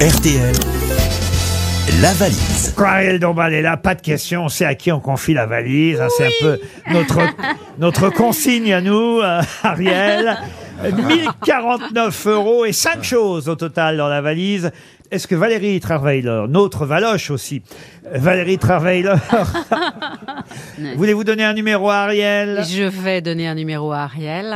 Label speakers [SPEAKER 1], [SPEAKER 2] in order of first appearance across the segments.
[SPEAKER 1] RTL, la valise.
[SPEAKER 2] Quand Ariel Dombal ben, est là, pas de question, on sait à qui on confie la valise. hein, C'est un peu notre, notre consigne à nous, euh, Ariel. 1049 euros et cinq choses au total dans la valise. Est-ce que Valérie Travailleur, notre Valoche aussi, Valérie Travailleur, voulez-vous donner un numéro à Ariel
[SPEAKER 3] Je vais donner un numéro à Ariel.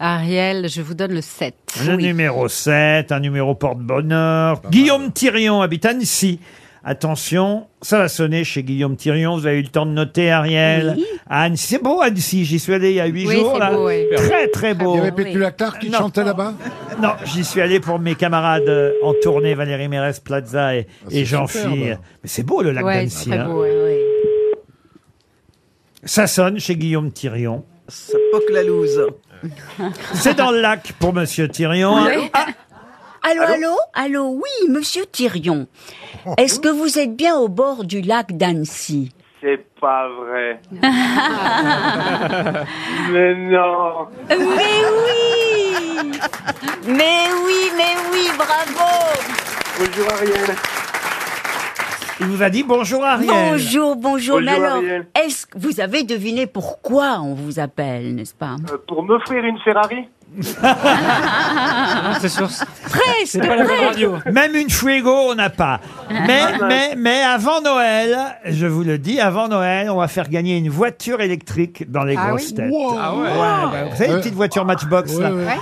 [SPEAKER 3] Ariel, je vous donne le 7.
[SPEAKER 2] Le numéro 7, un numéro porte-bonheur. Guillaume Thirion habite Annecy. Attention, ça va sonner chez Guillaume Thirion. Vous avez eu le temps de noter, Ariel. À Annecy, c'est beau Annecy. J'y suis allé il y a huit
[SPEAKER 3] Oui,
[SPEAKER 2] jours.
[SPEAKER 3] c'est
[SPEAKER 2] Là.
[SPEAKER 3] beau, oui.
[SPEAKER 2] Très très beau.
[SPEAKER 4] Il y avait Pétula Clark qui
[SPEAKER 2] Oh, Non.
[SPEAKER 4] chantait là-bas
[SPEAKER 2] Non, j'y suis allé pour mes camarades euh, en tournée, Valérie Mérès Plaza
[SPEAKER 3] Ah,
[SPEAKER 2] et, et
[SPEAKER 4] c'est
[SPEAKER 2] Jean-Phi. Mais
[SPEAKER 4] superbe.
[SPEAKER 2] c'est beau le lac
[SPEAKER 3] Ouais,
[SPEAKER 2] d'Annecy.
[SPEAKER 3] c'est très
[SPEAKER 2] hein.
[SPEAKER 3] beau, ouais, ouais.
[SPEAKER 2] Ça sonne chez Guillaume Thirion.
[SPEAKER 5] Ça poque la loose.
[SPEAKER 2] C'est dans le lac pour Monsieur Thirion. Ah,
[SPEAKER 6] Allô, allô, allô, oui, monsieur Thirion. Est-ce que vous êtes bien au bord du lac d'Annecy
[SPEAKER 5] C'est pas vrai. Mais non.
[SPEAKER 6] Mais oui Mais oui, mais oui, bravo
[SPEAKER 5] Bonjour Ariel.
[SPEAKER 2] il vous a dit bonjour Ariel.
[SPEAKER 6] Bonjour, bonjour, mais
[SPEAKER 5] Bonjour,
[SPEAKER 6] alors,
[SPEAKER 5] Ariel.
[SPEAKER 6] est-ce que vous avez deviné pourquoi on vous appelle, n'est-ce pas
[SPEAKER 5] Euh, Pour m'offrir une Ferrari
[SPEAKER 6] Presque, presque
[SPEAKER 2] Même une Fuego, on n'a pas. Mais, mais, mais avant Noël, je vous le dis, avant Noël, on va faire gagner une voiture électrique dans les
[SPEAKER 3] Ah
[SPEAKER 2] grosses
[SPEAKER 3] oui
[SPEAKER 2] têtes. bah,
[SPEAKER 4] ouais.
[SPEAKER 2] Vous savez, une petite voiture Matchbox, là.
[SPEAKER 4] ouais.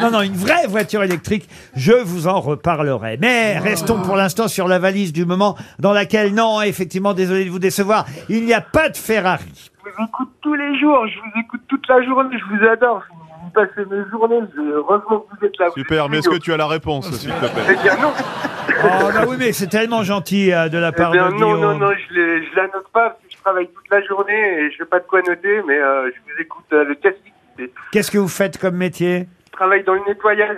[SPEAKER 2] Non, non, une vraie voiture électrique. Je vous en reparlerai. Mais restons pour l'instant sur la valise du moment dans laquelle, non, effectivement, désolé de vous décevoir, il n'y a pas de Ferrari.
[SPEAKER 5] Je vous écoute tous les jours, je vous écoute toute la journée, je vous adore. Vous passez mes journées, je- heureusement que vous êtes là.
[SPEAKER 7] Super, mais est-ce que tu as la réponse, s'il te plaît
[SPEAKER 5] Eh bien non,
[SPEAKER 2] Oh, bah oui, mais c'est tellement gentil euh, de la
[SPEAKER 5] eh
[SPEAKER 2] part
[SPEAKER 5] bien,
[SPEAKER 2] de
[SPEAKER 5] non, non,
[SPEAKER 2] Guillaume.
[SPEAKER 5] non, je, l'ai- je la note pas parce que je travaille toute la journée et je sais pas de quoi noter, mais euh, je vous écoute euh, avec assiduité. Je
[SPEAKER 2] Qu'est-ce que vous faites comme métier
[SPEAKER 5] travaille dans le nettoyage.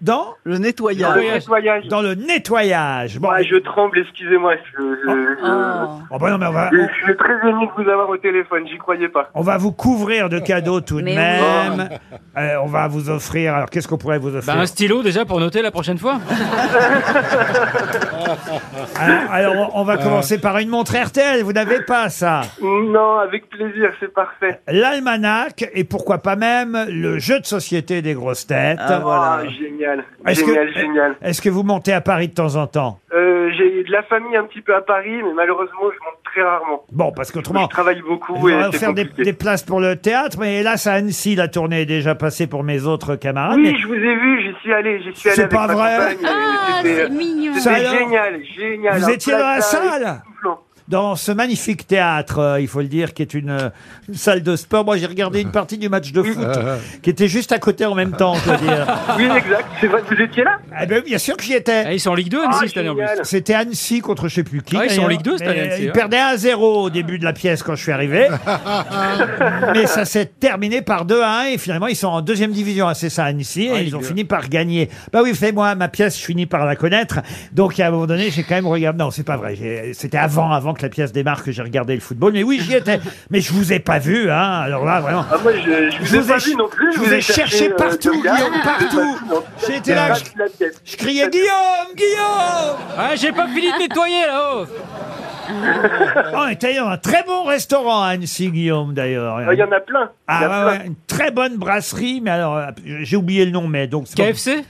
[SPEAKER 2] Dans
[SPEAKER 8] Le
[SPEAKER 5] Dans
[SPEAKER 8] nettoyage.
[SPEAKER 5] le nettoyage.
[SPEAKER 2] Dans le nettoyage. Bon,
[SPEAKER 5] Ah, je tremble, excusez-moi. Je, je- je-
[SPEAKER 2] oh, bah non, mais on va,
[SPEAKER 5] je suis très ému de vous avoir au téléphone, j'y croyais pas.
[SPEAKER 2] On va vous couvrir de cadeaux tout de
[SPEAKER 6] Mais
[SPEAKER 2] même.
[SPEAKER 5] Oh.
[SPEAKER 2] Euh, on va vous offrir. Alors, qu'est-ce qu'on pourrait vous offrir
[SPEAKER 9] Bah, un stylo déjà pour noter la prochaine fois.
[SPEAKER 2] alors, alors, on on va commencer par une montre RTL. Vous n'avez pas ça.
[SPEAKER 5] Non, avec plaisir, c'est parfait.
[SPEAKER 2] L'almanach et pourquoi pas même le jeu de société des grosses têtes.
[SPEAKER 5] Ah, génial,
[SPEAKER 2] Est-ce que-
[SPEAKER 5] génial, génial.
[SPEAKER 2] Est-ce que vous montez à Paris de temps en temps
[SPEAKER 5] Euh, J'ai de la famille un petit peu à Paris, mais malheureusement, je monte très rarement.
[SPEAKER 2] Bon, parce qu'autrement.
[SPEAKER 5] Je travaille
[SPEAKER 2] Je
[SPEAKER 5] beaucoup
[SPEAKER 2] voudrais
[SPEAKER 5] et
[SPEAKER 2] vous
[SPEAKER 5] c'est
[SPEAKER 2] faire des,
[SPEAKER 5] compliqué.
[SPEAKER 2] des places pour le théâtre, mais hélas, à Annecy, la tournée est déjà passée pour mes autres camarades.
[SPEAKER 5] Oui, je vous ai vu, j'y suis allé, j'y suis allé
[SPEAKER 2] C'est
[SPEAKER 5] avec
[SPEAKER 2] pas
[SPEAKER 5] ma
[SPEAKER 2] vrai.
[SPEAKER 5] compagne.
[SPEAKER 6] Ah,
[SPEAKER 5] C'était-
[SPEAKER 6] c'est mignon
[SPEAKER 2] Ça
[SPEAKER 5] C'était
[SPEAKER 2] alors
[SPEAKER 5] génial, génial.
[SPEAKER 2] mais vous
[SPEAKER 5] Un
[SPEAKER 2] étiez dans la
[SPEAKER 5] plaza avec
[SPEAKER 2] salle
[SPEAKER 5] tout blanc.
[SPEAKER 2] dans ce magnifique théâtre, euh, il faut le dire, qui est une, euh, une salle de sport. Moi, j'ai regardé une partie du match de foot qui était juste à côté en même temps, on peut dire.
[SPEAKER 5] Oui, exact, c'est vrai, vous étiez là
[SPEAKER 2] Eh ben, bien sûr que j'y
[SPEAKER 9] Ah,
[SPEAKER 2] étais.
[SPEAKER 9] ils sont en Ligue 2 Annecy
[SPEAKER 5] Ah,
[SPEAKER 9] cette année en plus.
[SPEAKER 5] génial.
[SPEAKER 2] C'était Annecy contre je sais plus qui.
[SPEAKER 9] Ah, ils sont en
[SPEAKER 2] d'ailleurs.
[SPEAKER 9] Ligue 2 cette année,
[SPEAKER 2] Mais euh,
[SPEAKER 9] Annecy,
[SPEAKER 2] Ils
[SPEAKER 9] hein.
[SPEAKER 2] perdaient 1-0 au début de la pièce quand je suis arrivé. Mais ça s'est terminé par 2-1 et finalement ils sont en deuxième division. hein, C'est ça Annecy et
[SPEAKER 9] Ah,
[SPEAKER 2] ils
[SPEAKER 9] Ligue
[SPEAKER 2] ont
[SPEAKER 9] 2.
[SPEAKER 2] fini par gagner. Bah oui, fais moi ma pièce, je finis par la connaître. Donc à un moment donné, j'ai quand même regardé. Non, c'est pas vrai. j'ai- C'était avant, avant que la pièce démarre que j'ai regardé le football. Mais oui, j'y étais. Mais je vous ai pas vu. Hein. Alors là, vraiment.
[SPEAKER 5] Ah, moi, je, je vous ai pas vu non plus.
[SPEAKER 2] je vous ai cherché
[SPEAKER 5] euh,
[SPEAKER 2] partout,
[SPEAKER 5] Dioga.
[SPEAKER 2] Guillaume, partout. J'ai été là, je,
[SPEAKER 5] La Euh, tête.
[SPEAKER 2] je criais Guillaume, Guillaume.
[SPEAKER 9] Ah, j'ai pas fini de nettoyer là-haut.
[SPEAKER 2] Oh, et d'ailleurs, un très bon restaurant à Annecy, Guillaume, d'ailleurs.
[SPEAKER 5] Ah, Il y en a plein. Il y
[SPEAKER 2] Ah
[SPEAKER 5] en a plein.
[SPEAKER 2] ouais, ouais, une très bonne brasserie, mais alors euh, j'ai oublié le nom, mais donc. c'est pas-
[SPEAKER 9] KFC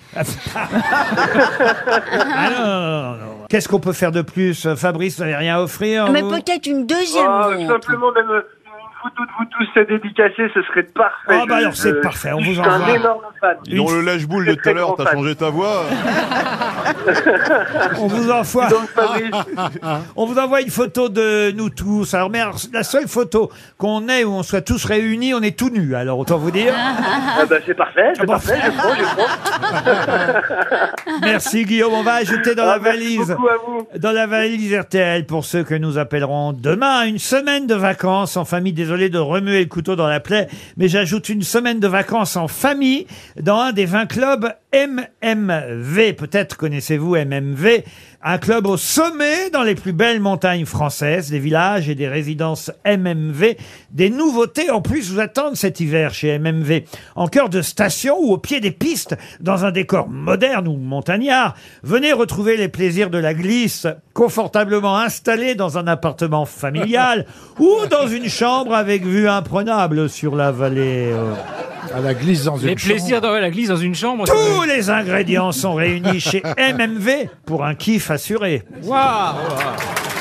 [SPEAKER 2] Ah non, non, non, non. Qu'est-ce qu'on peut faire de plus, euh, Fabrice Vous n'avez rien à offrir
[SPEAKER 6] Mais
[SPEAKER 2] vous
[SPEAKER 6] peut-être une deuxième
[SPEAKER 5] Ah,
[SPEAKER 6] montre.
[SPEAKER 5] simplement, même euh, une photo de vous tous à dédicacer, ce serait parfait. Euh,
[SPEAKER 2] Ah, bah alors, c'est parfait, on vous
[SPEAKER 5] Je suis un
[SPEAKER 2] envoie.
[SPEAKER 5] énorme fan.
[SPEAKER 7] Dis donc, le lèche-boule de tout à l'heure, t'as changé ta voix.
[SPEAKER 2] on, vous envoie,
[SPEAKER 5] Donc, Fabrice,
[SPEAKER 2] on vous envoie une photo de nous tous. Alors, mais alors, la seule photo qu'on ait où on soit tous réunis, on est tout nus, alors autant vous dire.
[SPEAKER 5] ah, bah, c'est parfait, c'est
[SPEAKER 2] Ah, bon.
[SPEAKER 5] parfait, je prends, je prends.
[SPEAKER 2] Merci Guillaume, on va ajouter dans la
[SPEAKER 5] Ah, merci
[SPEAKER 2] valise.
[SPEAKER 5] beaucoup à vous.
[SPEAKER 2] Dans la valise RTL, pour ceux que nous appellerons demain, une semaine de vacances en famille. Désolé désolé de remuer le couteau dans la plaie, mais j'ajoute une semaine de vacances en famille dans un des 20 clubs MMV. Peut-être connaissez-vous MMV, un club au sommet dans les plus belles montagnes françaises, des villages et des résidences MMV. Des nouveautés en plus vous attendent cet hiver chez MMV. En cœur de station ou au pied des pistes, dans un décor moderne ou montagnard, venez retrouver les plaisirs de la glisse, confortablement installé dans un appartement familial ou dans une chambre avec vue imprenable sur la vallée. euh.
[SPEAKER 4] À la glisse dans
[SPEAKER 9] Les
[SPEAKER 4] une chambre.
[SPEAKER 9] plaisirs d'avoir la glisse dans une chambre.
[SPEAKER 2] Tous les ingrédients sont réunis chez MMV pour un kiff assuré.
[SPEAKER 9] Waouh